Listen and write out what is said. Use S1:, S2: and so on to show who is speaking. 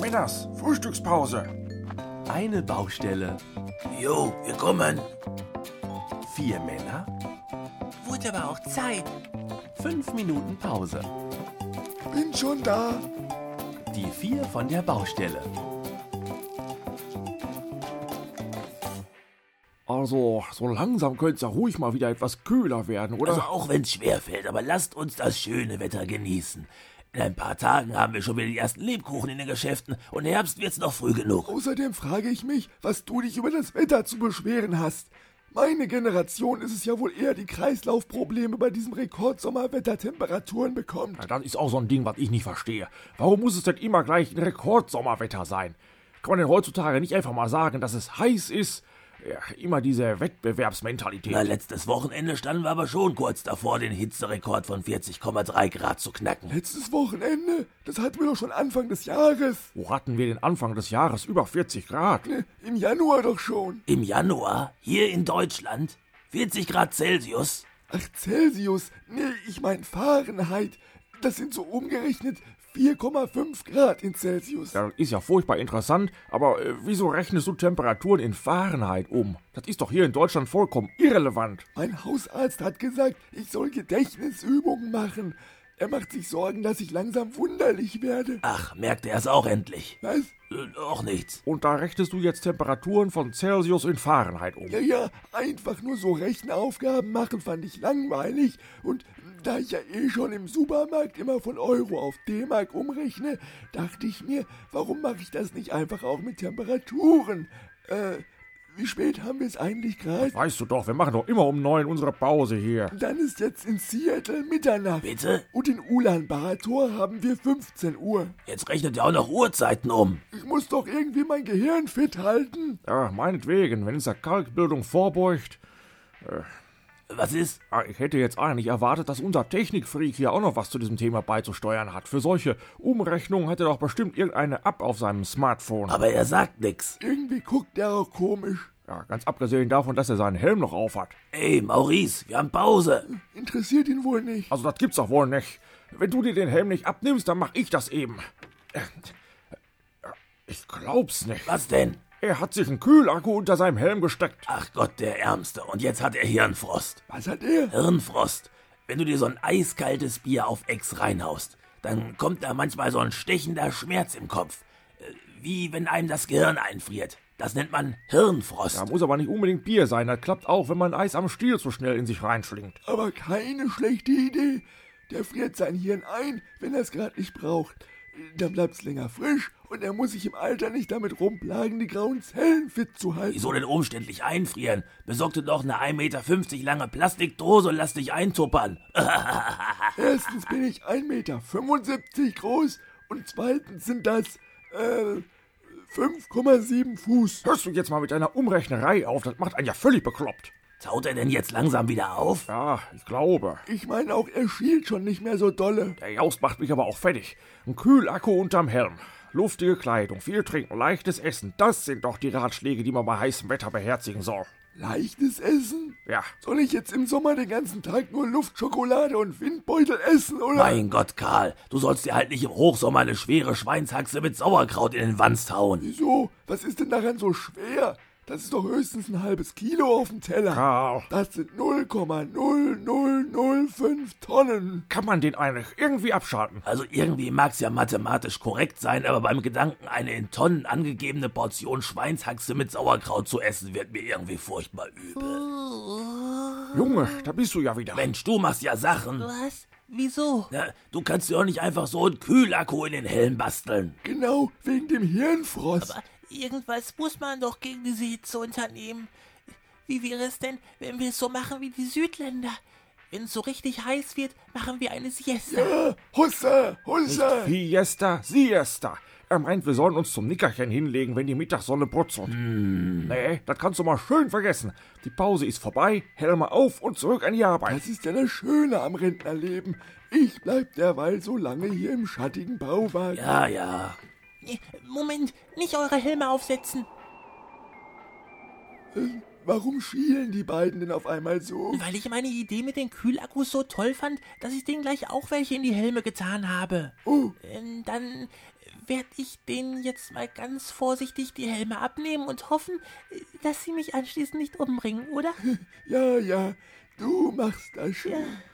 S1: Peters, Frühstückspause.
S2: Eine Baustelle.
S3: Jo, wir kommen.
S2: Vier Männer.
S4: Wurde aber auch Zeit.
S2: Fünf Minuten Pause.
S5: Bin schon da.
S2: Die vier von der Baustelle.
S5: Also, so langsam könnte es ja ruhig mal wieder etwas kühler werden, oder?
S3: Also auch wenn's schwer fällt, aber lasst uns das schöne Wetter genießen. In ein paar Tagen haben wir schon wieder die ersten Lebkuchen in den Geschäften und Herbst wird's noch früh genug.
S5: Außerdem frage ich mich, was du dich über das Wetter zu beschweren hast. Meine Generation ist es ja wohl eher die Kreislaufprobleme bei diesem Rekordsommerwettertemperaturen bekommt.
S1: Ja, das ist auch so ein Ding, was ich nicht verstehe. Warum muss es denn immer gleich ein Rekordsommerwetter sein? Kann man denn heutzutage nicht einfach mal sagen, dass es heiß ist? Ja, immer diese Wettbewerbsmentalität.
S3: Na, letztes Wochenende standen wir aber schon kurz davor, den Hitzerekord von 40,3 Grad zu knacken.
S5: Letztes Wochenende? Das hatten wir doch schon Anfang des Jahres.
S1: Wo hatten wir den Anfang des Jahres über 40 Grad?
S5: Ne, Im Januar doch schon.
S3: Im Januar, hier in Deutschland, 40 Grad Celsius.
S5: Ach, Celsius. Nee, ich mein Fahrenheit. Das sind so umgerechnet 4,5 Grad in Celsius.
S1: Ja, das ist ja furchtbar interessant, aber äh, wieso rechnest du Temperaturen in Fahrenheit um? Das ist doch hier in Deutschland vollkommen irrelevant.
S5: Mein Hausarzt hat gesagt, ich soll Gedächtnisübungen machen. Er macht sich Sorgen, dass ich langsam wunderlich werde.
S3: Ach, merkte er's auch endlich.
S5: Was?
S3: Äh, Auch nichts.
S1: Und da rechnest du jetzt Temperaturen von Celsius in Fahrenheit um.
S5: Ja, ja, einfach nur so Rechenaufgaben machen fand ich langweilig. Und da ich ja eh schon im Supermarkt immer von Euro auf D-Mark umrechne, dachte ich mir, warum mache ich das nicht einfach auch mit Temperaturen? Äh, wie spät haben wir es eigentlich gerade?
S1: Weißt du doch, wir machen doch immer um neun unsere Pause hier.
S5: Dann ist jetzt in Seattle Mitternacht.
S3: Bitte?
S5: Und in Ulaanbaatar haben wir 15 Uhr.
S3: Jetzt rechnet ihr auch noch Uhrzeiten um.
S5: Ich muss doch irgendwie mein Gehirn fit halten.
S1: Ja, meinetwegen, wenn es der Kalkbildung vorbeugt.
S3: Was ist?
S1: Ah, Ich hätte jetzt eigentlich erwartet, dass unser Technikfreak hier auch noch was zu diesem Thema beizusteuern hat. Für solche Umrechnungen hat er doch bestimmt irgendeine App auf seinem Smartphone.
S3: Aber er sagt nix.
S5: Irgendwie guckt der auch komisch.
S1: Ja, ganz abgesehen davon, dass er seinen Helm noch aufhat.
S3: Ey, Maurice, wir haben Pause.
S5: Interessiert ihn wohl nicht.
S1: Also das gibt's doch wohl nicht. Wenn du dir den Helm nicht abnimmst, dann mach ich das eben. Ich glaub's nicht.
S3: Was denn?
S1: Er hat sich einen Kühlakku unter seinem Helm gesteckt.
S3: Ach Gott, der Ärmste. Und jetzt hat er Hirnfrost.
S5: Was hat er?
S3: Hirnfrost. Wenn du dir so ein eiskaltes Bier auf Ex reinhaust, dann kommt da manchmal so ein stechender Schmerz im Kopf. Äh, Wie wenn einem das Gehirn einfriert. Das nennt man Hirnfrost.
S1: Da muss aber nicht unbedingt Bier sein. Das klappt auch, wenn man Eis am Stiel zu schnell in sich reinschlingt.
S5: Aber keine schlechte Idee. Der friert sein Hirn ein, wenn er es gerade nicht braucht. Dann bleibt's länger frisch und er muss sich im Alter nicht damit rumplagen, die grauen Zellen fit zu halten.
S3: Wieso denn umständlich einfrieren? Besorg dir doch eine 1,50 Meter lange Plastikdose und lass dich eintuppern.
S5: Erstens bin ich 1,75 Meter groß und zweitens sind das, äh, 5,7 Fuß.
S1: Hörst du jetzt mal mit deiner Umrechnerei auf? Das macht einen ja völlig bekloppt.
S3: Taut er denn jetzt langsam wieder auf?
S1: Ja, ich glaube.
S5: Ich meine auch, er schielt schon nicht mehr so dolle.
S1: Der Jaust macht mich aber auch fertig. Ein Kühlakku unterm Helm. Luftige Kleidung, viel trinken, leichtes Essen. Das sind doch die Ratschläge, die man bei heißem Wetter beherzigen soll.
S5: Leichtes Essen?
S1: Ja,
S5: Soll ich jetzt im Sommer den ganzen Tag nur Luftschokolade und Windbeutel essen, oder?
S3: Mein Gott, Karl, du sollst dir halt nicht im Hochsommer eine schwere Schweinshaxe mit Sauerkraut in den Wanst hauen.
S5: Wieso? Was ist denn daran so schwer? Das ist doch höchstens ein halbes Kilo auf dem Teller.
S1: Karl.
S5: Das sind 0,0005 Tonnen.
S1: Kann man den eigentlich irgendwie abschalten?
S3: Also irgendwie mag's ja mathematisch korrekt sein, aber beim Gedanken, eine in Tonnen angegebene Portion Schweinshaxe mit Sauerkraut zu essen, wird mir irgendwie furchtbar übel.
S1: Junge, da bist du ja wieder.
S3: Mensch, du machst ja Sachen.
S4: Was? Wieso?
S3: Na, du kannst dir doch nicht einfach so einen Kühlakku in den Helm basteln.
S5: Genau, wegen dem Hirnfrost.
S4: Irgendwas muss man doch gegen diese Hitze unternehmen. Wie wäre es denn, wenn wir es so machen wie die Südländer? Wenn es so richtig heiß wird, machen wir eine Siesta.
S5: Ah, Hussa, Hussa.
S1: Fiesta, Siesta. Er meint, wir sollen uns zum Nickerchen hinlegen, wenn die Mittagssonne brutzelt. Nee, das kannst du mal schön vergessen. Die Pause ist vorbei, Helme auf und zurück an die Arbeit.
S5: Das ist ja das Schöne am Rentnerleben. Ich bleib derweil so lange hier im schattigen Bauwagen.
S3: Ja, ja.
S4: Äh, Moment, nicht eure Helme aufsetzen,
S5: Warum schielen die beiden denn auf einmal so?
S4: weil ich meine Idee mit den Kühlakkus so toll fand, dass ich denen gleich auch welche in die Helme getan habe.
S5: Oh,
S4: Ähm, dann, werd ich denen jetzt mal ganz vorsichtig die Helme abnehmen und hoffen, äh, dass sie mich anschließend nicht umbringen, oder?
S5: Ja, ja, du machst das schon.
S4: Ja.